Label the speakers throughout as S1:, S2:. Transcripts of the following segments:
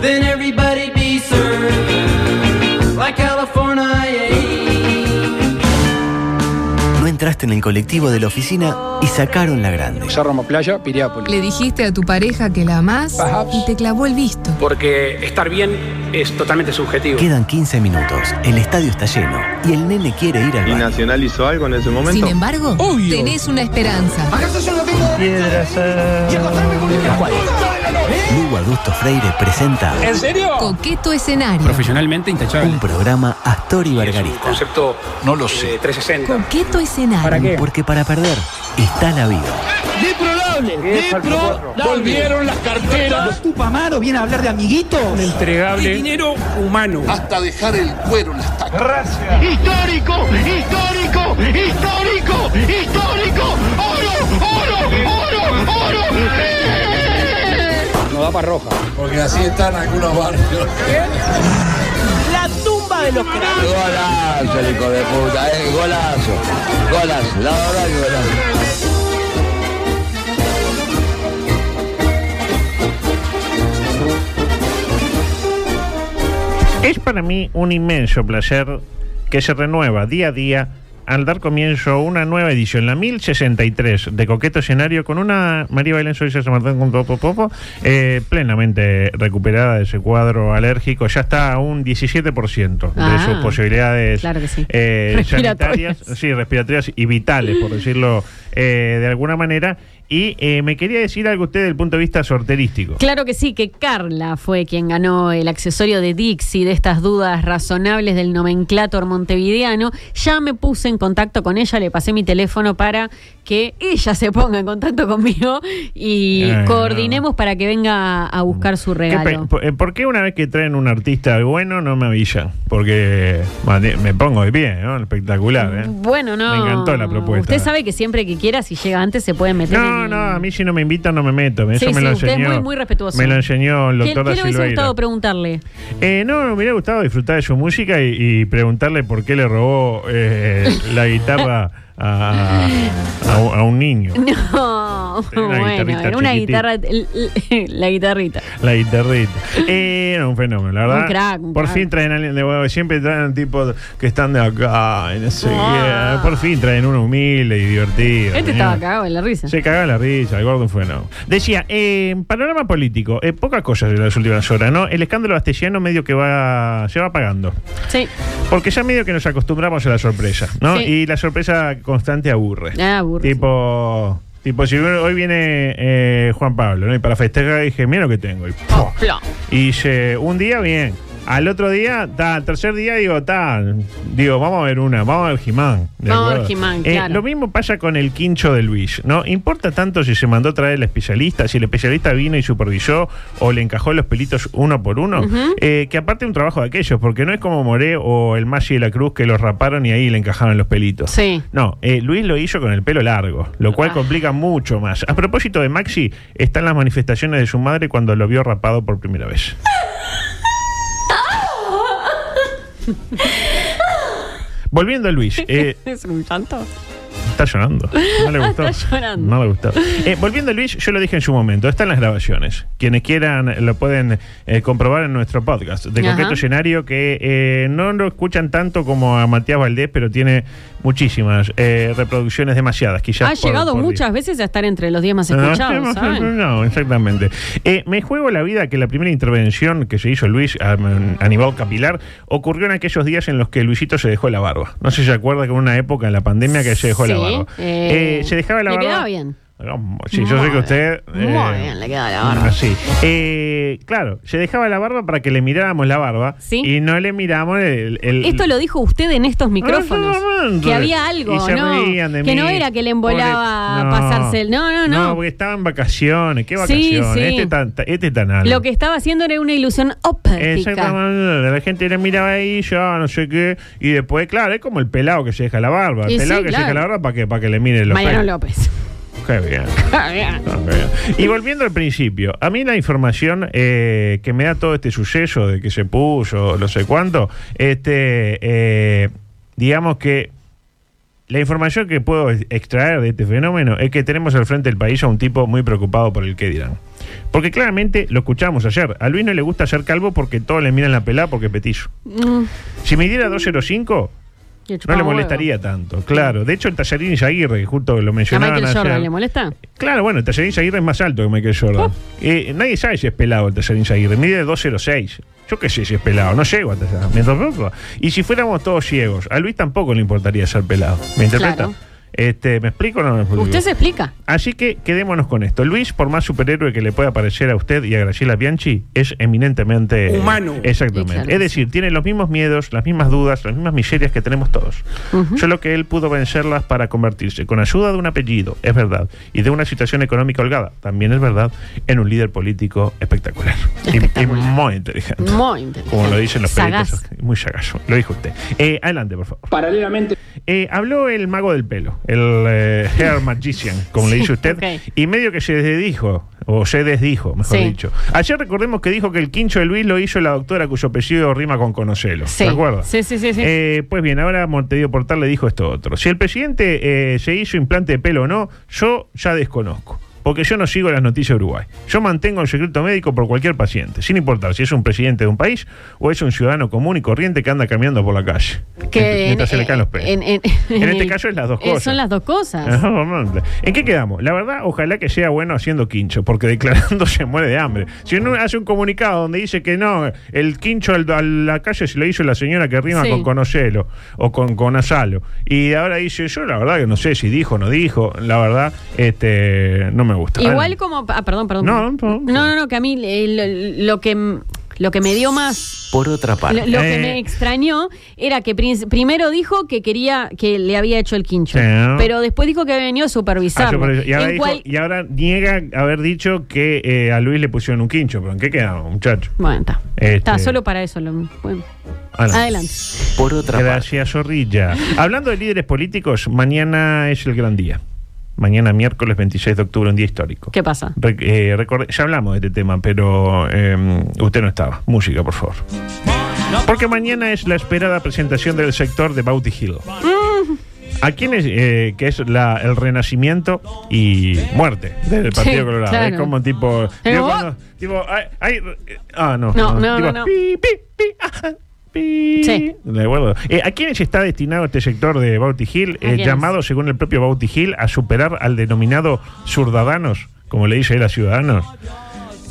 S1: then everybody'd be served like California.
S2: No entraste en el colectivo de la oficina y sacaron la grande.
S3: Cerro Playa, Piriápolis.
S4: Le dijiste a tu pareja que la amás y te clavó el visto.
S5: Porque estar bien es totalmente subjetivo.
S2: Quedan 15 minutos, el estadio está lleno y el nene quiere ir al
S6: ¿Y
S2: baño.
S6: Nacional hizo algo en ese
S4: Sin
S6: momento?
S4: embargo, tenés una esperanza.
S2: Lugo Augusto Freire presenta
S4: Coqueto escenario.
S5: Profesionalmente intachable.
S2: un programa Astor y
S5: Un
S2: Bargarista.
S5: concepto eh, no lo sé. 360.
S4: Coqueto escenario.
S2: Porque para perder está la vida.
S7: Volvieron las carteras.
S8: Tupamaro viene a hablar de amiguito?
S5: El dinero humano.
S7: Hasta dejar el cuero en las tacas.
S9: Histórico, histórico, histórico, histórico. Oro, oro, oro, oro.
S3: Nos da para roja.
S7: Porque así están algunos barrios.
S8: La tumba de los
S7: Golazo, hijo de puta, eh, golazo. Golazo, la verdad que golazo.
S10: Es para mí un inmenso placer que se renueva día a día al dar comienzo a una nueva edición, la 1063 de Coqueto Escenario, con una María Belén Soiza San Martín con Popo Popo, eh, plenamente recuperada de ese cuadro alérgico. Ya está a un 17% de
S11: Ah,
S10: sus posibilidades
S11: claro que sí.
S10: eh,
S11: Respiratorias.
S10: sanitarias, sí, respiratorias y vitales, por decirlo eh, de alguna manera. Y eh, me quería decir algo usted desde el punto de vista sorterístico.
S11: Claro que sí, que Carla fue quien ganó el accesorio de Dixie de estas dudas razonables del nomenclátor montevideano. Ya me puse en contacto con ella, le pasé mi teléfono para que ella se ponga en contacto conmigo y
S10: Eh,
S11: coordinemos para que venga a buscar su
S10: ¿Qué pe-
S11: regalo.
S10: por- eh, ¿Por qué una vez que traen un artista bueno no me avisan? Porque mane- me pongo de pie, ¿no? Espectacular, ¿eh?
S11: Bueno, no.
S10: Me encantó la propuesta.
S11: Usted sabe que siempre que quiera, si llega antes, se puede meter. en
S10: No,
S11: el-
S10: no, a mí si no me invitan no me meto. Eso
S11: Sí,
S10: me
S11: sí,
S10: lo
S11: usted es
S10: enseñó.
S11: muy, muy respetuoso.
S10: Me lo enseñó el
S11: ¿Qué,
S10: doctor
S11: qué le hubiese gustado preguntarle?
S10: Eh, no, me hubiera gustado disfrutar de su música y, y preguntarle por qué le robó eh, la guitarra a, a- a un niño.
S11: No,
S10: Era una
S11: bueno,
S10: guitarrita
S11: era una
S10: chiquitita.
S11: guitarra, la guitarrita.
S10: La guitarrita. Eh, era un fenómeno, la verdad.
S11: Un crack, un
S10: por
S11: crack.
S10: fin traen a alguien de huevo. Siempre traen tipos que están de acá. y no sé
S11: Ah.
S10: qué. Por fin traen uno humilde y divertido.
S11: Este
S10: señor.
S11: estaba cagado en la risa.
S10: Se cagaba la risa, el gordo fue no. Decía, eh, panorama político, eh, pocas cosas de las últimas horas, ¿no? El escándalo castellano medio que va, se va apagando.
S11: Sí.
S10: Porque ya medio que nos acostumbramos a la sorpresa, ¿no?
S11: Sí.
S10: Y la sorpresa constante aburre.
S11: Ah, aburre,
S10: Tipo, tipo si hoy viene eh, Juan Pablo, ¿no? Y para festejar dije, mira lo que tengo. Y,
S11: Oh,
S10: ¡pua! y dice, un día bien. Al otro día, ta, al tercer día digo, ta, digo, vamos a ver una, vamos a ver Jimán.
S11: Vamos a ver He-Man, claro.
S10: Eh, Lo mismo pasa con el quincho de Luis, ¿no? Importa tanto si se mandó a traer el especialista, si el especialista vino y supervisó o le encajó los pelitos uno por uno, eh, que aparte un trabajo de aquellos, porque no es como Moré o el Maggi de la Cruz que los raparon y ahí le encajaron los pelitos.
S11: Sí.
S10: No, eh, Luis lo hizo con el pelo largo, lo cual
S11: Ah.
S10: complica mucho más. A propósito de Maxi, están las manifestaciones de su madre cuando lo vio rapado por primera vez. Volviendo a Luis, eh,
S11: Es un llanto.
S10: está llorando. No le gustó.
S11: Está llorando.
S10: No le gustó. Eh, volviendo a Luis, yo lo dije en su momento, están las grabaciones. Quienes quieran lo pueden eh, comprobar en nuestro podcast de
S11: Ajá.
S10: Coqueto Escenario, que eh, no lo escuchan tanto como a Matías Valdés, pero tiene muchísimas eh, reproducciones, demasiadas quizás.
S11: Ha
S10: por-
S11: llegado
S10: por día.
S11: muchas veces a estar entre los 10 más
S10: No,
S11: escuchados,
S10: no,
S11: ¿saben?
S10: no, Ah, exactamente. Eh, me juego la vida que la primera intervención que se hizo Luis a, a nivel capilar ocurrió en aquellos días en los que Luisito se dejó la barba. No sé si se acuerda que hubo una época en la pandemia que se dejó la
S11: Sí,
S10: barba.
S11: eh,
S10: Eh, se dejaba la
S11: le
S10: barba.
S11: quedaba bien.
S10: Sí, yo
S11: Muy
S10: sé que usted.
S11: bien, muy bien, le queda la barba.
S10: Así. Eh, claro, se dejaba la barba para que le miráramos la barba
S11: Sí.
S10: y no le miramos el. el-
S11: Esto lo dijo usted en
S10: Ah,
S11: estos micrófonos.
S10: Exactamente.
S11: Que había algo,
S10: Y se
S11: ¿no?
S10: reían de
S11: Que
S10: mí.
S11: no era que le
S10: Pobre-
S11: embolaba
S10: No.
S11: pasarse el. No, no, no.
S10: No, porque estaba en vacaciones. ¿Qué
S11: Sí,
S10: vacaciones?
S11: sí.
S10: Este tan, ta- este tan alto.
S11: Lo que estaba haciendo era una ilusión óptica.
S10: Exactamente, la gente le miraba ahí, yo no sé qué, y después, claro, es como el pelado que se deja la barba. El
S11: Y
S10: pelado
S11: sí,
S10: que
S11: claro.
S10: se deja la barba, ¿para qué? Para que le mire los
S11: Mariano
S10: pelos.
S11: López. Ah,
S10: Qué bien. Ok. Y volviendo al principio, a mí la información eh, que me da todo este suceso de que se puso, no sé cuánto, este, eh, digamos que la información que puedo es- extraer de este fenómeno es que tenemos al frente del país a un tipo muy preocupado por el que dirán. Porque claramente lo escuchamos ayer, a Luis no le gusta ser calvo porque todos le miran la pelada porque es petizo.
S11: Mm,
S10: Si me diera 205,
S11: y
S10: no
S11: chupaba
S10: le
S11: huevo.
S10: molestaría tanto, claro. De hecho, el Tallarín y Aguirre, que justo lo
S11: ¿A
S10: mencionaban
S11: Michael
S10: ayer-
S11: Jordan le molesta?
S10: Claro, bueno, el Tallarín Aguirre es más alto que Michael Jordan.
S11: Oh.
S10: Eh, nadie sabe si es pelado el Tallarín Aguirre. Mide 206. Yo qué sé si es pelado. No llego a Tallarín. Me tampoco. Y si fuéramos todos ciegos, a Luis tampoco le importaría ser pelado. ¿Me interpreta?
S11: Claro.
S10: Este, ¿Me explico o no me explico?
S11: Usted se explica.
S10: Así que quedémonos con esto. Luis, por más superhéroe que le pueda parecer a usted y a Graciela Bianchi, es eminentemente eh,
S5: Humano.
S10: Exactamente.
S11: Exacto.
S10: Es decir, tiene los mismos miedos, las mismas dudas, las mismas miserias que tenemos todos. Solo que él pudo vencerlas para convertirse, con ayuda de un apellido, es verdad, y de una situación económica holgada, también es verdad, en un líder político espectacular. Y- Y,
S11: Espectacular.
S10: muy inteligente.
S11: Muy inteligente.
S10: Como lo dicen los
S11: Sagaz.
S10: periodistas. Muy sagazo. Lo dijo usted. Eh, adelante, por favor.
S5: Paralelamente.
S10: Eh, habló el mago del pelo, el eh, hair magician, como le
S11: Sí,
S10: dice usted,
S11: ok.
S10: y medio que se desdijo, o se desdijo, mejor
S11: Sí.
S10: dicho. Ayer recordemos que dijo que el quincho de Luis lo hizo la doctora cuyo apellido rima con Conocelo.
S11: Sí.
S10: ¿De acuerdo?
S11: Sí, sí, sí, sí.
S10: Eh, pues bien, ahora Montevideo Portal le dijo esto otro. Si el presidente eh, se hizo implante de pelo o no, yo ya desconozco. Porque yo no sigo las noticias de Uruguay. Yo mantengo el secreto médico por cualquier paciente, sin importar si es un presidente de un país o es un ciudadano común y corriente que anda caminando por la calle.
S11: Que
S10: mientras se le caen los pelos.
S11: en- en-
S10: En
S11: en
S10: este
S11: el-
S10: caso es las dos
S11: eh,
S10: cosas. Ah,
S11: Son las dos cosas.
S10: Exactamente. ¿En qué quedamos? La verdad, ojalá que sea bueno haciendo quincho, porque declarando se muere de hambre. Si uno hace un comunicado donde dice que no, el quincho al- a la calle se lo hizo la señora que rima
S11: Sí.
S10: con Conocelo o con Conasalo, y ahora dice, yo la verdad que no sé si dijo o no dijo, la verdad, este no me gusta.
S11: Igual
S10: Adelante.
S11: como. Ah, perdón, perdón.
S10: No, no,
S11: no.
S10: no.
S11: No, no, que a mí eh, lo, lo que, lo que me dio más.
S2: Por otra parte,
S11: Lo, lo que
S10: Eh.
S11: me extrañó era que prin- primero dijo que quería que le había hecho el quincho,
S10: Sí.
S11: pero después dijo que había venido a
S10: Ah,
S11: supervisar.
S10: yo por eso- y, ahora
S11: En
S10: dijo-
S11: cual-
S10: y ahora niega haber dicho que eh, a Luis le pusieron un quincho, pero ¿en qué quedamos, muchacho?
S11: Bueno, está.
S10: Este-
S11: Está solo para eso. lo- bueno.
S10: Adelante.
S11: Adelante.
S2: por otra parte.
S10: Gracias, Zorrilla. Hablando de líderes políticos, mañana es el gran día. Mañana, miércoles 26 de octubre, un día histórico.
S11: ¿Qué pasa?
S10: Re- eh, recorde- ya hablamos de este tema, pero eh, usted no estaba. Música, por favor. Porque mañana es la esperada presentación del sector de Bounty Hill.
S11: Mm.
S10: ¿A quién es eh, que es la- el renacimiento y muerte del Partido
S11: Sí,
S10: Colorado?
S11: claro.
S10: Es como tipo.
S11: Pero
S10: tipo
S11: vos-
S10: cuando- tipo, ay, ay, eh, ah, no.
S11: No, no,
S10: Tipo,
S11: no, no.
S10: pi, pi, pi, ah, ah, pi.
S11: Sí.
S10: De acuerdo. Eh, ¿A quiénes está destinado este sector de Bounty Hill,
S11: ¿A
S10: eh,
S11: quiénes?
S10: llamado, según el propio Bounty Hill, a superar al denominado Ciudadanos, como le dice él a Ciudadanos?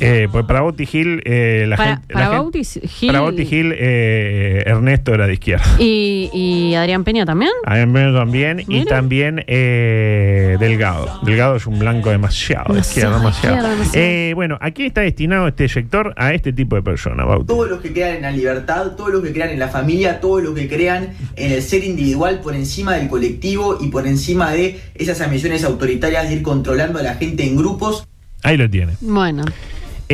S10: Eh, pues para Bounty Hill, eh, la
S11: Para-
S10: gente.
S11: para
S10: la gente-
S11: Bounty Hill-
S10: Para Bounty Hill, eh, Ernesto era de izquierda.
S11: ¿Y, y Adrián Peña también?
S10: A mí me también. Y
S11: Mira.
S10: también eh, Delgado. Delgado es un blanco demasiado, de izquierda,
S11: Demasiado,
S10: demasiado.
S11: izquierda,
S10: Eh, bueno, aquí está destinado este sector a este tipo de personas, Bauti.
S3: todos los que crean en la libertad, todos los que crean en la familia, todos los que crean en el ser individual por encima del colectivo y por encima de esas ambiciones autoritarias de ir controlando a la gente en grupos.
S10: Ahí lo tiene.
S11: Bueno,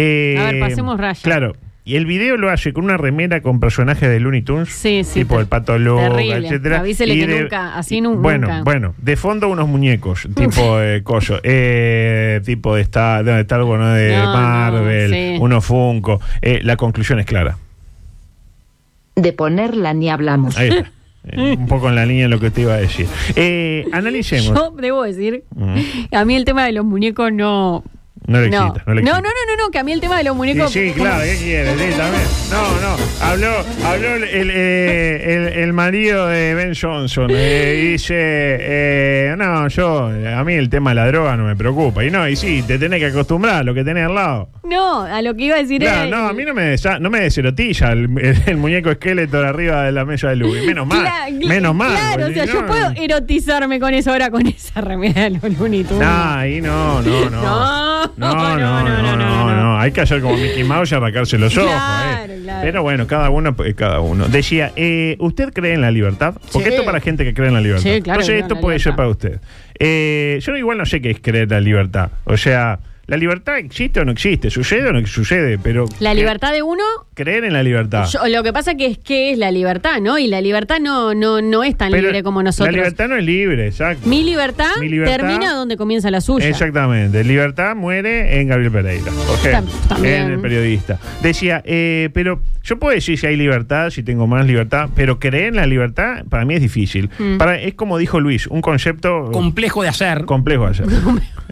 S10: Eh,
S11: A ver, pasemos raya.
S10: Claro. Y el video lo hace con una remera con personajes de Looney Tunes.
S11: Sí, sí,
S10: Tipo
S11: ter-
S10: el pato loco,
S11: terrible.
S10: etcétera.
S11: Avísele
S10: Y
S11: que nunca, así
S10: y-
S11: nu-
S10: Bueno,
S11: nunca.
S10: bueno. De fondo unos muñecos, tipo eh, coso. eh, tipo de Star, de Star Wars, ¿no? de
S11: No, no,
S10: Marvel,
S11: sí.
S10: unos Funko. Eh, la conclusión es clara.
S6: De ponerla ni hablamos.
S10: Ahí está. Eh, un poco en la línea de lo que te iba a decir. Eh, analicemos.
S11: yo debo decir,
S10: Mm.
S11: a mí el tema de los muñecos no...
S10: No le
S11: no.
S10: excita, no le
S11: no, no,
S10: excita.
S11: no, no, no, que a mí el tema de los muñecos...
S10: Sí, sí, claro, eh. ¿qué quiere? Sí, también. No, no, habló, habló el, el, eh, el- el marido de Ben Johnson eh, y dice, eh, no, yo, eh, a mí el tema de la droga no me preocupa. Y no, y sí, te tenés que acostumbrar a lo que tenés al lado.
S11: No, a lo que iba a decir
S10: Claro,
S11: es-
S10: no, a mí no me, desa- no me deserotilla el, el- el muñeco esqueleto de arriba de la mesa de Luis. Menos mal,
S11: Cla- cl-
S10: menos mal.
S11: Claro, o
S10: porque
S11: sea,
S10: si
S11: yo
S10: no-
S11: puedo erotizarme con eso ahora con esa remera de los Looney Tunes.
S10: No, ahí no, no, no.
S11: No,
S10: no, no,
S11: no,
S10: no,
S11: no, no,
S10: no,
S11: no.
S10: no. Hay que hacer como Mickey Mouse y arrancarse los ojos.
S11: Claro,
S10: eh.
S11: claro.
S10: Pero bueno, cada uno, eh, cada uno. Decía, eh, ¿usted cree en la libertad? Porque
S11: Sí.
S10: esto para gente que cree en la libertad.
S11: Sí, claro que
S10: Entonces
S11: creo en
S10: esto
S11: la
S10: puede ser
S11: libertad.
S10: para usted. Eh, yo igual no sé qué es creer en la libertad. O sea, La libertad existe o no existe, sucede o no sucede, pero
S11: La libertad de uno.
S10: creer en la libertad.
S11: yo- lo que pasa que es que es la libertad, ¿no? Y la libertad no, no, no es tan
S10: Pero
S11: libre como nosotros.
S10: La libertad no es libre, exacto.
S11: Mi libertad,
S10: Mi libertad-
S11: termina donde comienza la suya.
S10: Exactamente. Libertad muere en Gabriel Pereira. Por ejemplo,
S11: Tam- también.
S10: en el periodista. Decía, eh, pero yo puedo decir si hay libertad, si tengo más libertad, pero creer en la libertad para mí es difícil.
S11: Mm.
S10: Para, es como dijo Luis, un concepto.
S5: Complejo de hacer.
S10: Complejo de hacer.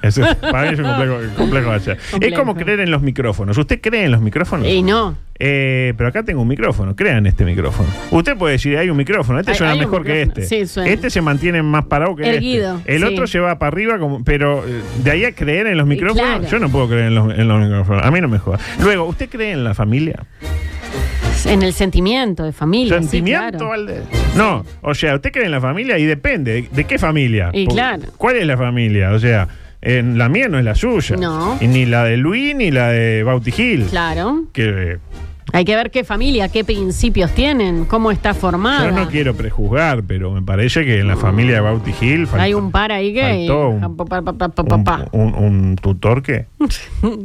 S10: Eso es- para mí es un complejo, complejo de hacer. Es
S11: Complejo.
S10: como creer en los micrófonos. ¿Usted cree en los micrófonos?
S11: Y no.
S10: Eh, pero acá tengo un micrófono, crean este micrófono. Usted puede decir, hay un micrófono, este
S11: Hay-
S10: suena
S11: hay un
S10: mejor que este.
S11: micrófono, sí, suena.
S10: Este se mantiene más parado que
S11: Erguido,
S10: este. El
S11: sí.
S10: otro se va para arriba, como, pero eh, de ahí a creer en los micrófonos,
S11: claro.
S10: yo no puedo creer en los, en los micrófonos. A mí no me joda. Luego, ¿usted cree en la familia?
S11: En el sentimiento de familia. sí,
S10: ¿Sentimiento,
S11: claro.
S10: Valdés? No, o sea, usted cree en la familia y depende de, de qué familia.
S11: Y
S10: Por-
S11: claro.
S10: ¿Cuál es la familia? O sea, en la mía no es la suya.
S11: No.
S10: Y ni la de Luis ni la de Bautijil.
S11: Claro.
S10: Que eh,
S11: Hay que ver qué familia, qué principios tienen, cómo está formada.
S10: Yo no quiero prejuzgar, pero me parece que en la familia de Bauti Hill fal-
S11: Hay un par ahí que. Ah,
S10: faltó un-
S11: Pa, pa, pa, pa, pa,
S10: un,
S11: pa.
S10: un- un tutor que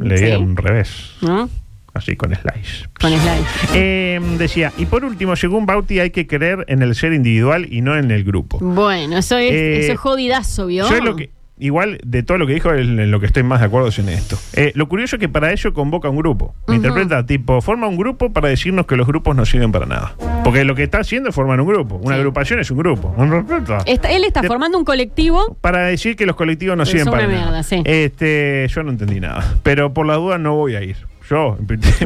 S10: le
S11: Sí,
S10: diera un revés,
S11: ¿no?
S10: así con slice.
S11: Con slide.
S10: Eh, decía, y por último, según Bauti hay que creer en el ser individual y no en el grupo.
S11: Bueno, eso es,
S10: Eh,
S11: eso es jodidazo, ¿vio?
S10: Yo es lo que, igual de todo lo que dijo, el- en lo que estoy más de acuerdo es en esto. Eh, lo curioso es que para ello convoca un grupo. Me interpreta, tipo, forma un grupo para decirnos que los grupos no sirven para nada. Porque lo que está haciendo es formar un grupo. Una agrupación es un grupo. Me interpreta.
S11: Está- él está
S10: De-
S11: formando un colectivo.
S10: para decir que los colectivos no
S11: Es
S10: sirven
S11: una
S10: para
S11: mierda,
S10: nada.
S11: sí.
S10: Este, yo no entendí nada, pero por la duda no voy a ir. Yo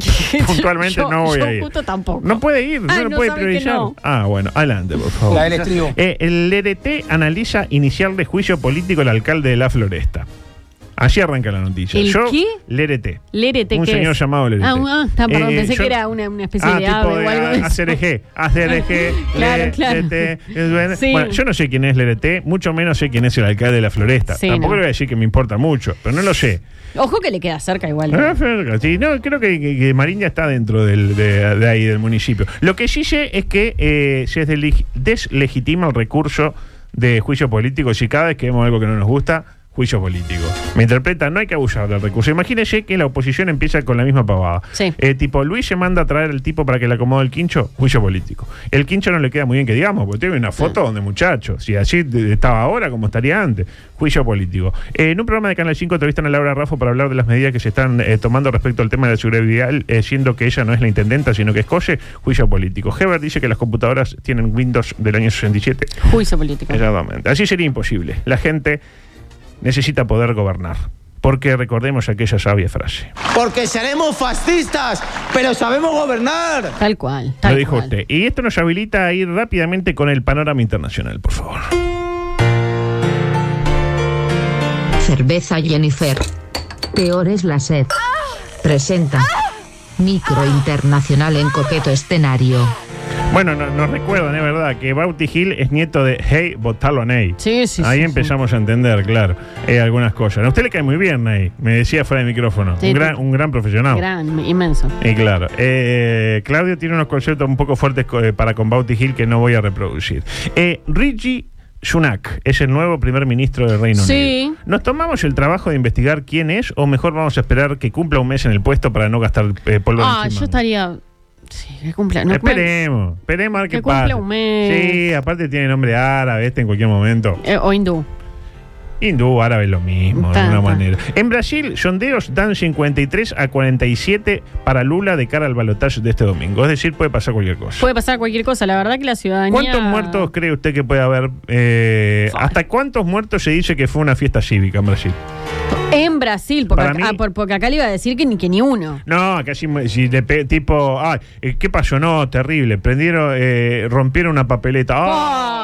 S10: puntualmente
S11: Yo-
S10: no voy
S11: yo
S10: a ir.
S11: justo tampoco.
S10: No puede ir,
S11: Ay,
S10: no,
S11: no
S10: puede
S11: sabe que
S10: priorizar.
S11: no.
S10: Ah, bueno, adelante, por favor.
S5: La del estribo.
S10: Eh, el LRT analiza iniciar de juicio político al alcalde de La Floresta. Así arranca la noticia.
S11: ¿El
S10: yo,
S11: qué?
S10: Lerete.
S11: Lérete,
S10: Un
S11: ¿qué
S10: señor
S11: es?
S10: llamado Lérete.
S11: Ah, un- ah, está, perdón,
S10: Eh,
S11: pensé
S10: yo-
S11: que era una, una especie
S10: Ah,
S11: de
S10: tipo
S11: ave
S10: de
S11: o algo de
S10: a-
S11: eso.
S10: ACRG, ACRG,
S11: Claro,
S10: Lérete,
S11: claro.
S10: eh, bueno,
S11: Sí.
S10: bueno, yo no sé quién es Lerete, mucho menos sé quién es el alcalde de la Floresta.
S11: Sí,
S10: Tampoco
S11: no.
S10: le voy a decir que me importa mucho, pero no lo sé.
S11: Ojo que le queda cerca igual. ¿eh?
S10: Ah, Ferga, sí, no, creo que, que- que Marín ya está dentro del, de, de ahí, del municipio. Lo que sí sé es que eh, se desleg- deslegitima el recurso de juicio político. Si cada vez que vemos algo que no nos gusta, juicio político. Me interpreta, no hay que abusar del recurso. Imagínese que la oposición empieza con la misma pavada.
S11: Sí.
S10: Eh, tipo, Luis se manda a traer el tipo para que le acomode el quincho, juicio político. El quincho no le queda muy bien que digamos, porque tiene una foto donde muchacho, si así de- estaba ahora, como estaría antes, juicio político. Eh, en un programa de Canal 5 entrevistan a Laura Raffo para hablar de las medidas que se están eh, tomando respecto al tema de la seguridad vial, eh, siendo que ella no es la intendenta, sino que es Colle, juicio político. Heber dice que las computadoras tienen Windows del año 67.
S11: Juicio político.
S10: Exactamente. Así sería imposible. La gente necesita poder gobernar. Porque recordemos aquella sabia frase.
S8: Porque seremos fascistas, pero sabemos gobernar.
S11: Tal cual. Tal
S10: Lo dijo
S11: cual.
S10: usted. Y esto nos habilita a ir rápidamente con el panorama internacional, por favor.
S6: Cerveza Jennifer. Peor es la sed. Presenta. Micro internacional en coqueto escenario.
S10: Bueno, no- nos recuerdan, es verdad, que Bauti Hill es nieto de Hey Botalo Ney.
S11: Sí, sí,
S10: Ahí
S11: sí,
S10: empezamos a entender, claro, eh, algunas cosas. A usted le cae muy bien, Ney. Me decía fuera de micrófono.
S11: Sí,
S10: un,
S11: sí.
S10: gran, un gran profesional.
S11: Gran, inmenso.
S10: Y claro, eh, Claudio tiene unos conceptos un poco fuertes co- eh, para con Bauti Hill que no voy a reproducir. Eh, Rigi Sunak es el nuevo primer ministro del Reino
S11: Sí.
S10: Unido. ¿Nos tomamos el trabajo de investigar quién es o mejor vamos a esperar que cumpla un mes en el puesto para no gastar eh, polvo
S11: Ah,
S10: encima?
S11: yo estaría. Sí, que cumpla. no,
S10: esperemos, esperemos a ver
S11: Que
S10: qué
S11: cumpla
S10: pasa.
S11: un mes.
S10: Sí, aparte tiene nombre árabe, este en cualquier momento.
S11: eh, o hindú.
S10: Hindú, árabe, es lo mismo, de
S11: Ta,
S10: alguna
S11: ta.
S10: manera. En Brasil, sondeos dan 53 a 47 para Lula de cara al balotaje de este domingo. Es decir, puede pasar cualquier cosa.
S11: Puede pasar cualquier cosa. La verdad que la ciudadanía.
S10: ¿Cuántos muertos cree usted que puede haber? eh,
S11: Fuck.
S10: ¿Hasta cuántos muertos se dice que fue una fiesta cívica en Brasil?
S11: En Brasil, porque
S10: Para
S11: acá,
S10: mí-
S11: ah, por- porque acá le iba a decir que ni, que ni uno.
S10: No, casi si le pe- tipo, ay, eh, ¿qué pasó? No, terrible. Prendieron, eh, rompieron una papeleta. ¡Ah!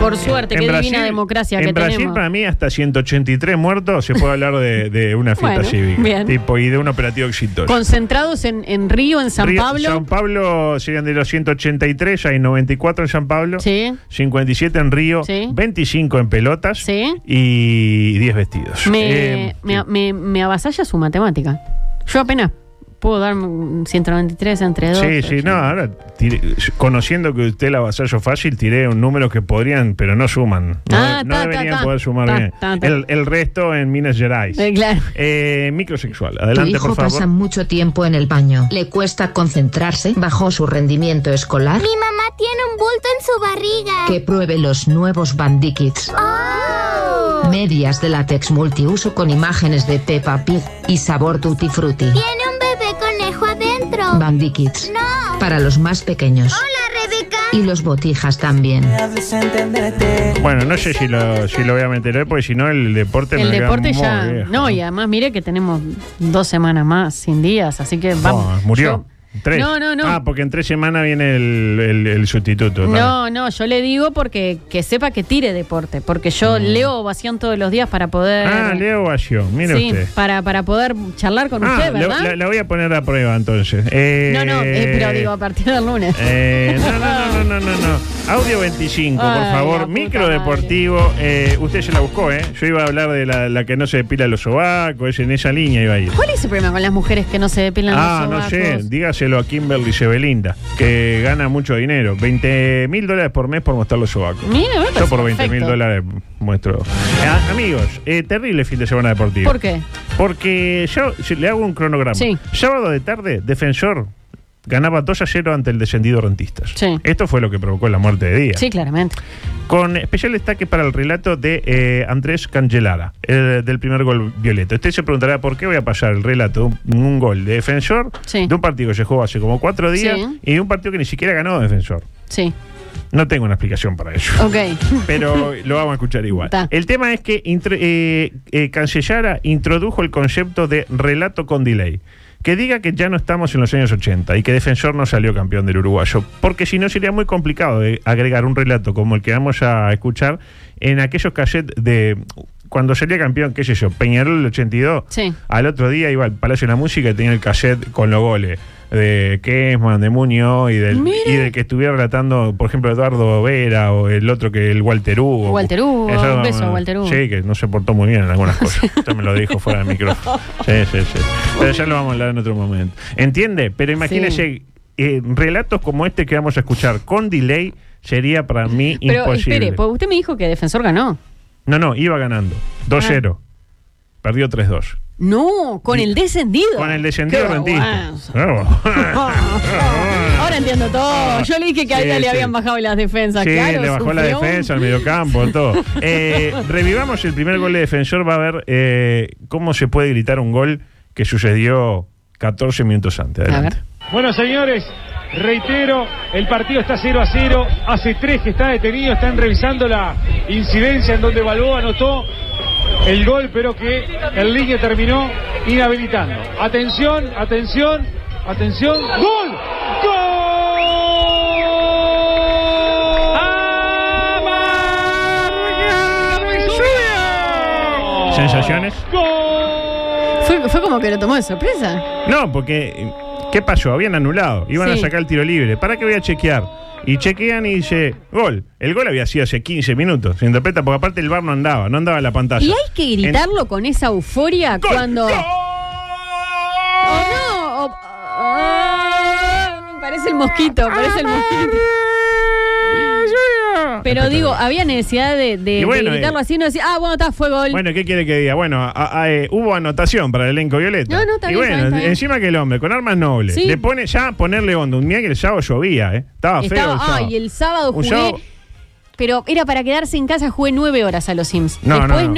S11: Por suerte,
S10: En
S11: qué
S10: Brasil-
S11: divina democracia
S10: en
S11: que
S10: Brasil,
S11: tenemos.
S10: para mí, hasta 183 muertos se puede hablar de, de una fiesta
S11: Bueno,
S10: cívica.
S11: bien.
S10: Tipo, y de un operativo exitoso.
S11: Concentrados en, en Río, en San
S10: Río-
S11: Pablo.
S10: San Pablo serían de los 183, hay 94 en San Pablo,
S11: Sí.
S10: 57 en Río,
S11: Sí.
S10: 25 en pelotas
S11: Sí.
S10: y 10 vestidos.
S11: Me,
S10: Eh,
S11: me-
S10: sí.
S11: me- me avasalla su matemática. Yo apenas ¿Puedo darme un 193 entre dos?
S10: Sí, sí, no, ahora, tiré- conociendo que usted la vasallo fácil, tiré un número que podrían, pero no suman. No,
S11: Ah,
S10: no
S11: ta, ta,
S10: deberían
S11: ta.
S10: poder sumar
S11: Ta,
S10: bien.
S11: ta, ta.
S10: El, el resto en Minas Gerais.
S11: Eh, claro.
S10: Eh, microsexual,
S6: Tu
S10: adelante,
S6: hijo
S10: por favor.
S6: pasa mucho tiempo en el baño. ¿Le cuesta concentrarse? ¿Bajó su rendimiento escolar?
S12: Mi mamá tiene un bulto en su barriga.
S6: Que pruebe los nuevos Bandikits.
S12: Oh.
S6: Medias de látex multiuso con imágenes de Peppa Pig y sabor Tutti Frutti.
S12: Tiene un bebé conejo adentro.
S6: Bandikits.
S12: No.
S6: Para los más pequeños.
S12: Hola, Rebeca.
S6: Y los botijas también.
S10: Bueno, no sé si lo, si lo voy a meter hoy, porque si no, el deporte me
S11: El
S10: lo queda
S11: deporte
S10: muy
S11: ya.
S10: viejo.
S11: No, y además, mire que tenemos dos semanas más sin días, así que vamos.
S10: Oh, murió. Tres.
S11: No, no, no.
S10: Ah, porque en tres semanas viene el, el- el sustituto. ¿no?
S11: No, no, yo le digo porque que sepa que tire deporte, porque yo leo ovación todos los días para poder.
S10: Mm. Ah, Leo Baggio, mire
S11: sí,
S10: usted.
S11: Para, para poder charlar con
S10: Ah,
S11: usted,
S10: la,
S11: ¿verdad?
S10: la- la voy a poner a prueba entonces. Eh,
S11: no, no, eh, pero digo a partir del lunes.
S10: eh, no, no, no, no, no, no, no. Audio 25,
S11: Ay,
S10: por
S11: la
S10: favor.
S11: puta
S10: Micro deportivo. eh, usted se la buscó, ¿eh? Yo iba a hablar de la, la que no se depila los sobacos, es en esa línea iba a ir.
S11: ¿Cuál es el problema con las mujeres que no se depilan
S10: Ah,
S11: los
S10: no
S11: sobacos?
S10: sé, dígaselo a Kimberly Sebelinda, que gana mucho dinero. 20 mil dólares por mes por mostrar los sobacos.
S11: Mira, me
S10: Yo
S11: parece
S10: por 20 mil
S11: perfecto.
S10: dólares muestro. Eh, amigos, eh, terrible fin de semana deportivo.
S11: ¿Por qué?
S10: Porque yo si le hago un cronograma.
S11: Sí.
S10: Sábado de tarde, Defensor ganaba 2 a 0 ante el descendido Rentistas.
S11: Sí.
S10: Esto fue lo que provocó la muerte de Díaz.
S11: Sí, claramente.
S10: Con especial destaque para el relato de eh, Andrés Cangelara, eh, del primer gol violeta. Usted se preguntará por qué voy a pasar el relato de un, un gol de Defensor de un partido que se jugó hace como cuatro días
S11: Sí.
S10: y de un partido que ni siquiera ganó Defensor.
S11: Sí.
S10: No tengo una explicación para ello.
S11: Ok.
S10: Pero lo vamos a escuchar igual.
S11: Ta.
S10: El tema es que intro- eh, eh, Cancellara introdujo el concepto de relato con delay. Que diga que ya no estamos en los años 80 y que Defensor no salió campeón del uruguayo, porque si no sería muy complicado de agregar un relato como el que vamos a escuchar en aquellos cassettes de cuando salía campeón, qué sé yo, Peñarol el 82.
S11: Sí.
S10: Al otro día iba al Palacio de la Música y tenía el cassette con los goles de Kesman, de Muñoz y del,
S11: Mire.
S10: y del que estuviera relatando, por ejemplo, Eduardo Vera o el otro que el Walter Hugo.
S11: Walter Hugo,
S10: Eso,
S11: un beso a Walter Hugo.
S10: Sí, que no se portó muy bien en algunas cosas. Esto me lo dijo fuera del micrófono. Sí, sí, sí. Pero ya lo vamos a hablar en otro momento. ¿Entiende? Pero imagínese, eh, relatos como este que vamos a escuchar con delay sería para mí
S11: Pero
S10: imposible.
S11: espere, pues usted me dijo que Defensor ganó.
S10: No, no, iba ganando.
S11: Ah.
S10: 2-0. Perdió 3-2.
S11: No, con el descendido.
S10: Con el descendido
S11: Qué
S10: rentista.
S11: vergüenza. Ah,
S10: Bravo.
S11: Ahora entiendo todo. Yo le dije que a
S10: Sí,
S11: ella
S10: sí.
S11: le habían bajado las defensas.
S10: Sí,
S11: claro,
S10: le bajó la
S11: sufrió un-
S10: defensa, el mediocampo, todo. Eh, revivamos el primer gol de defensor, va a ver eh, cómo se puede gritar un gol que sucedió 14 minutos antes. Adelante.
S13: Bueno, señores, reitero, el partido está 0 a 0. Hace tres que está detenido, están revisando la incidencia en donde Balboa anotó el gol, pero que el línea terminó inhabilitando. Atención, atención, atención. ¡Gol!
S10: ¿Sensaciones?
S11: Fue, fue como que lo tomó de sorpresa.
S10: No, porque eh, ¿qué pasó? Habían anulado, iban
S11: Sí.
S10: a sacar el tiro libre. ¿Para qué voy a chequear? Y chequean y dice, gol. El gol había sido hace 15 minutos, se interpreta, porque aparte el bar no andaba, no andaba la pantalla.
S11: Y hay que gritarlo con esa euforia cuando. ¡Oh, no! O- Ah, parece el mosquito, parece el mosquito. Pero digo, había necesidad de, de-
S10: Y
S11: de
S10: bueno,
S11: gritarlo
S10: eh,
S11: así, no decía, ah, bueno, está, fue gol.
S10: Bueno, ¿qué quiere que diga? Bueno, a- a- eh, hubo anotación para el elenco violeta.
S11: No, no, está
S10: y
S11: bien,
S10: bueno,
S11: está bien, está bien.
S10: encima que el hombre, con armas nobles,
S11: Sí.
S10: le pone ya ponerle onda. Un día que el sábado llovía, ¿eh? Estaba feo.
S11: Estaba,
S10: el
S11: ah,
S10: sábado.
S11: y el sábado
S10: Un
S11: jugué,
S10: sábado-
S11: pero era para quedarse en casa, jugué nueve horas a los Sims.
S10: No, no,
S11: Después no,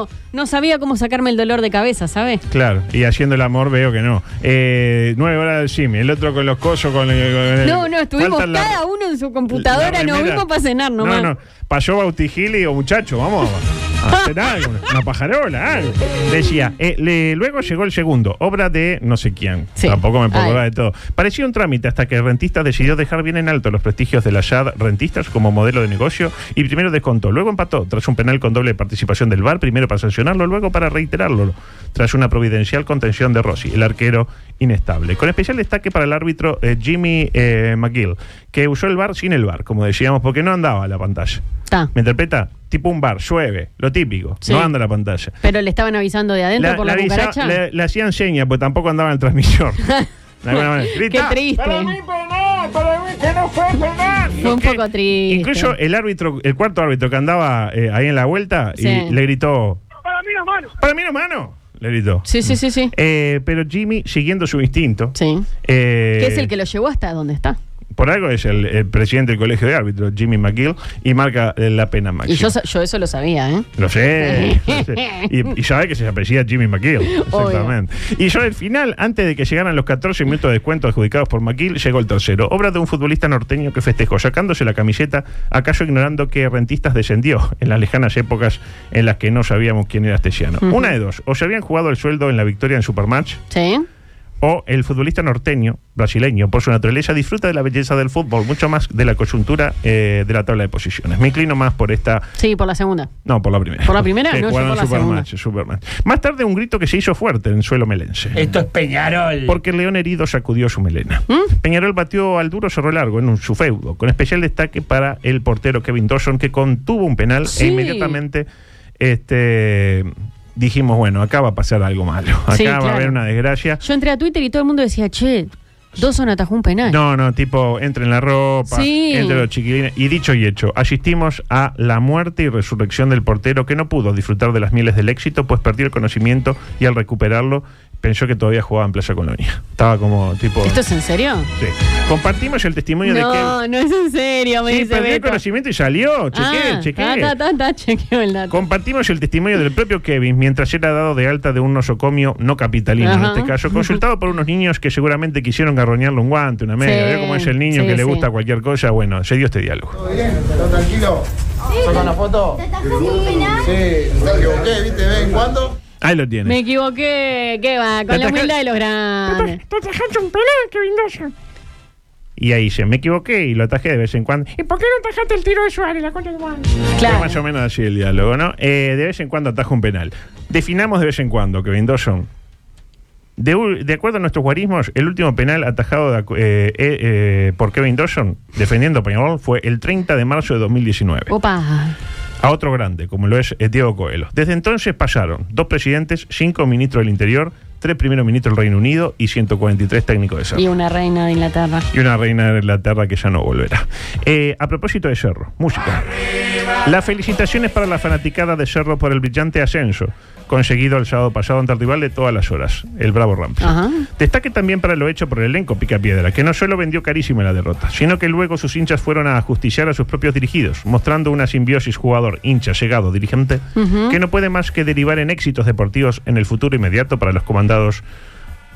S10: no.
S11: no, sabía cómo sacarme el dolor de cabeza, ¿sabes?
S10: Claro, y haciendo el amor veo que no. Eh, nueve horas del cine, el otro con los cosos, con el. con el-
S11: No, no, estuvimos
S10: Eh, faltan la-
S11: cada uno en su computadora,
S10: la
S11: nos
S10: remera.
S11: vimos para cenar nomás.
S10: No, no, pasó Bautijil y digo, muchacho, vamos a a hacer algo, una pajarola, algo. Decía, eh, le- luego llegó el segundo, obra de no sé quién. Tampoco me puedo
S14: Ay.
S10: acordar de todo. Parecía un trámite hasta que Rentistas decidió dejar bien en alto los prestigios de la YAD Rentistas como modelo de negocio y primero descontó, luego empató, tras un penal con doble participación del VAR, primero para sancionarlo, luego para reiterarlo, tras una providencial contención de Rossi, el arquero inestable. Con especial destaque para el árbitro eh, Jimmy eh, McGill, que usó el VAR sin el VAR, como decíamos, porque no andaba la pantalla.
S11: Ta.
S10: ¿Me interpreta? tipo un bar, llueve, lo típico,
S11: Sí.
S10: no anda la pantalla.
S11: Pero le estaban avisando de adentro
S10: La-
S11: por
S10: le
S11: la,
S10: avisa-
S11: cucaracha.
S10: le- le hacían señas, pues tampoco andaba en el transmisor. De alguna manera.
S11: Qué
S10: Grita.
S11: triste.
S9: penal, para mí que no fue penal.
S11: Fue un poco triste.
S10: Incluso el árbitro, el cuarto árbitro que andaba eh, ahí en la vuelta y
S11: Sí.
S10: le gritó,
S9: Para mí no mano.
S10: Para mí no mano. le gritó.
S11: Sí, sí, sí, sí.
S10: Eh, pero Jimmy, siguiendo su instinto, eh,
S11: que es el que lo llevó hasta donde está.
S10: por algo es el, el presidente del colegio de árbitros, Jimmy McGill, y marca eh, la pena máxima.
S11: Y yo, sa- yo eso lo sabía, ¿eh?
S10: Lo sé. lo sé. Y, y sabe que se apellía Jimmy McGill.
S11: Obvio.
S10: Exactamente. Y yo al final, antes de que llegaran los 14 minutos de descuento adjudicados por McGill, llegó el tercero. Obra de un futbolista norteño que festejó sacándose la camiseta, acaso ignorando que Rentistas descendió en las lejanas épocas en las que no sabíamos quién era Astesiano.
S11: Ujú.
S10: Una de dos. O se habían jugado el sueldo en la victoria en Supermatch.
S11: Sí.
S10: O el futbolista norteño, brasileño, por su naturaleza, disfruta de la belleza del fútbol, mucho más de la coyuntura eh, de la tabla de posiciones. Me inclino más por esta
S11: Sí, por la segunda.
S10: no, por la primera.
S11: ¿Por la primera?
S10: Sí,
S11: No, yo
S10: jugaron
S11: por la
S10: Supermatch, Supermatch. Más tarde un grito que se hizo fuerte en suelo melense. Esto es Peñarol. Porque el León herido sacudió su melena.
S11: ¿Mm?
S10: Peñarol batió al duro cerro largo en un, su feudo, con especial destaque para el portero Kevin Dawson, que contuvo un penal
S11: Sí.
S10: e inmediatamente este, dijimos, bueno, acá va a pasar algo malo. Acá
S11: Sí,
S10: va
S11: claro.
S10: a haber una desgracia.
S11: Yo entré a Twitter y todo el mundo decía, che, Dawson atajó un penal.
S10: No, no, tipo, entre en la ropa,
S11: Ah. Sí.
S10: entre los chiquilines. Y dicho y hecho, asistimos a la muerte y resurrección del portero que no pudo disfrutar de las mieles del éxito, pues perdió el conocimiento y al recuperarlo pensó que todavía jugaba en Playa Colonia. Estaba como tipo.
S11: ¿Esto es en serio?
S10: Sí. Compartimos el testimonio de que.
S11: No, no es en serio, me
S10: Sí,
S11: dice
S10: perdió el
S11: Beto.
S10: conocimiento y salió. Chequé,
S11: Ah,
S10: chequé.
S11: ta, ta, ta, ta, chequeo el dato.
S10: Compartimos el testimonio del propio Kevin mientras era dado de alta de un nosocomio no capitalino
S11: Ajá.
S10: en este caso, consultado por unos niños que seguramente quisieron garroñarle un guante, una media.
S11: Sí,
S10: ¿Vio cómo es el niño
S11: sí,
S10: que le
S11: sí.
S10: gusta cualquier cosa? Bueno, se dio este diálogo.
S14: ¿Estás tranquilo? ¿Saca una foto? Sí, me equivoqué, ¿viste? ¿De vez en cuando?
S10: Ahí lo tiene.
S11: Me equivoqué, ¿qué va?
S10: Te
S11: Con la
S10: ataja-
S11: humildad de los grandes.
S9: Te tajaste un penal, Kevin Dawson.
S10: Y ahí dice, me equivoqué y lo atajé de vez en cuando.
S9: ¿Y por qué no tajaste el tiro de Suárez, la concha de Juan?
S10: Fue más o menos así el diálogo, ¿no? Eh, de vez en cuando ataja un penal. Definamos de vez en cuando, Kevin Dawson. De, u- de acuerdo a nuestros guarismos, el último penal atajado de acu- eh, eh, eh, por Kevin Dawson, defendiendo a Peñarol, fue el 30 de marzo de 2019.
S11: Opa.
S10: a otro grande, como lo es eh, Diego Coelho. Desde entonces pasaron dos presidentes, cinco ministros del Interior, tres primeros ministros del Reino Unido y 143 técnicos de
S11: Y
S10: Cerro.
S11: una reina de Inglaterra.
S10: Y una reina de Inglaterra que ya no volverá. Eh, a propósito de Cerro, música. Las felicitaciones para la fanaticada de Cerro por el brillante ascenso conseguido el sábado pasado ante el rival de todas las horas, el Bravo Rampla.
S11: Ajá.
S10: Destaque también para lo hecho por el elenco Picapiedra, que no solo vendió carísima la derrota, sino que luego sus hinchas fueron a ajusticiar a sus propios dirigidos, mostrando una simbiosis jugador, hincha, llegado, dirigente,
S9: Ujú.
S10: que no puede más que derivar en éxitos deportivos en el futuro inmediato para los comandados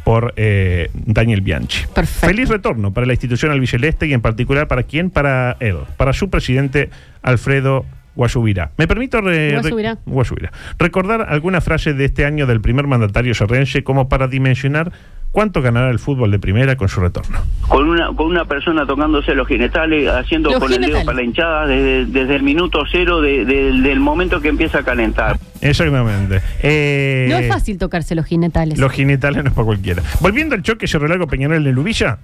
S10: por eh, Daniel Bianchi. Feliz retorno para la institución albiceleste y en particular para quién, para él, para su presidente Alfredo Guasubirá. Me permito re- re-
S11: Guasubirá.
S10: Guasubirá. recordar alguna frase de este año del primer mandatario serrense como para dimensionar cuánto ganará el fútbol de primera con su retorno.
S15: con una con una persona tocándose los genitales, haciendo
S11: Los
S15: con el
S11: genitales.
S15: dedo para la hinchada desde, desde el minuto cero de- de- del momento que empieza a calentar.
S10: Exactamente. Eh,
S11: No es fácil tocarse los genitales.
S10: Los genitales no es para cualquiera. Volviendo al choque Cerro Largo Peñarol en el Ubilla,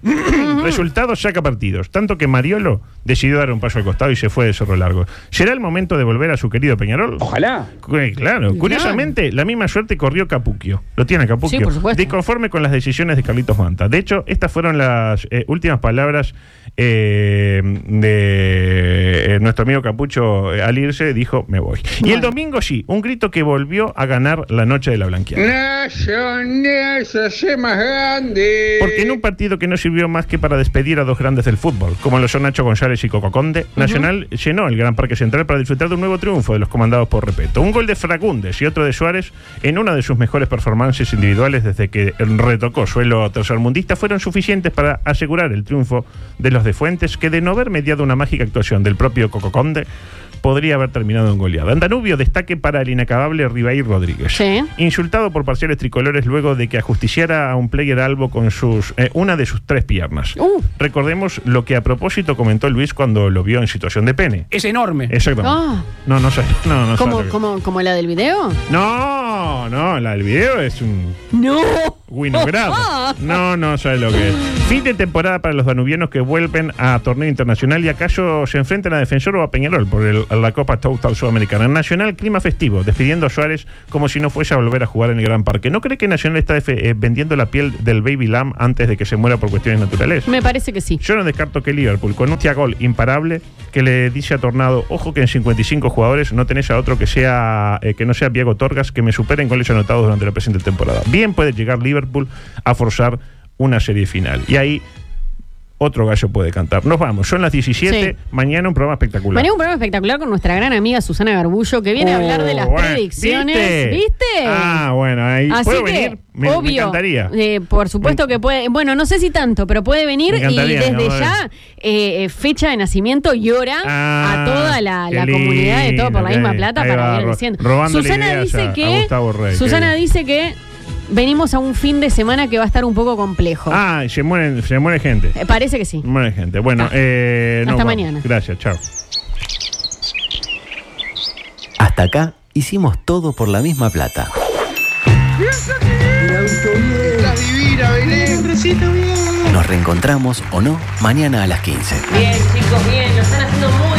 S10: resultados saca partidos. Tanto que Mariolo decidió dar un paso al costado y se fue de Cerro Largo. ¿Será el momento de volver a su querido Peñarol? Ojalá. Eh, claro. Curiosamente, la misma suerte corrió Capuquio. Lo tiene Capuquio.
S11: Sí, por supuesto.
S10: Disconforme con las decisiones de Carlitos Manta. De hecho, estas fueron las eh, últimas palabras eh, de eh, nuestro amigo Capucho eh, al irse. Dijo, me voy. Y el domingo sí, un grito que volvió a ganar la noche de la blanqueada.
S9: Nacional se hace más grande.
S10: Porque en un partido que no sirvió más que para despedir a dos grandes del fútbol, como lo son Nacho González y Coco Conde, Nacional llenó el Gran Parque Central para disfrutar de un nuevo triunfo de los comandados por Repeto. Un gol de Fragúndez y otro de Suárez en una de sus mejores performances individuales desde que retocó suelo tercermundista fueron suficientes para asegurar el triunfo de los de Fuentes, que de no haber mediado una mágica actuación del propio Coco Conde, podría haber terminado en goleada. En Danubio, destaque para el inacabable Ribaí Rodríguez. Insultado por parciales tricolores luego de que ajusticiara a un player albo con sus eh, una de sus tres piernas.
S11: Uh.
S10: Recordemos lo que a propósito comentó Luis cuando lo vio en situación de pene.
S5: Es enorme.
S10: Exactamente.
S11: Ah.
S10: No, no sé. No, no sé
S11: ¿Cómo,
S10: lo que-
S11: cómo, ¿Como la del video?
S10: No, no, la del video es un.
S11: No. Ah.
S10: Winograd. No, no, sabes lo que es. Fin de temporada para los danubianos que vuelven a torneo internacional y acaso se enfrentan a Defensor o a Peñarol por el- la Copa Total Sudamericana. Nacional, clima festivo, despidiendo a Suárez como si no fuese a volver a jugar en el Gran Parque. ¿No cree que Nacional está def- eh, vendiendo la piel del Baby Lamb antes de que se muera por cuestiones naturales?
S11: Me parece que sí.
S10: Yo no descarto que Liverpool, con un gol imparable, que le dice a Tornado, ojo que en 55 jugadores no tenés a otro que sea eh, que no sea Diego Torgas, que me superen goles anotados durante la presente temporada. Bien puede llegar Liverpool a forzar una serie final. Y ahí otro gallo puede cantar. Nos vamos, son las 17,
S11: Sí.
S10: mañana un programa espectacular.
S11: Mañana un programa espectacular con nuestra gran amiga Susana Garbullo que viene a hablar de las
S10: Oh, bueno.
S11: predicciones.
S10: ¿Viste?
S11: ¿Viste?
S10: Ah, bueno, ahí
S11: Así
S10: puedo
S11: que,
S10: venir, me, me
S11: obvio,
S10: encantaría. Mm.
S11: eh, por supuesto que puede. Bueno, no sé si tanto, pero puede venir
S10: Me
S11: y
S10: encantaría,
S11: desde
S10: vamos a
S11: ya eh, eh, fecha de nacimiento y hora
S10: Ah,
S11: a toda la,
S10: qué
S11: la comunidad de todo por la
S10: lindo,
S11: misma
S10: ahí-
S11: plata
S10: ahí va,
S11: para ir
S10: ro-
S11: diciendo.
S10: robándole
S11: Susana
S10: ideas
S11: dice
S10: a- a
S11: que
S10: Gustavo Rey, qué
S11: Susana
S10: bien.
S11: dice que venimos a un fin de semana que va a estar un poco complejo.
S10: Ah, se mueren, se muere gente.
S11: Eh, parece que sí.
S10: Se muere gente. Bueno, eh,
S11: Hasta
S10: nos vamos.
S11: mañana.
S10: Gracias, chao.
S2: Hasta acá hicimos todo por la misma plata.
S8: Estás divina, Belén. bien.
S2: Nos reencontramos o no mañana a las 15.
S8: Bien, chicos, bien. Lo están haciendo muy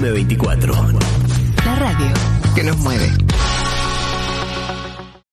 S2: M24.
S4: La radio.
S2: Que nos mueve.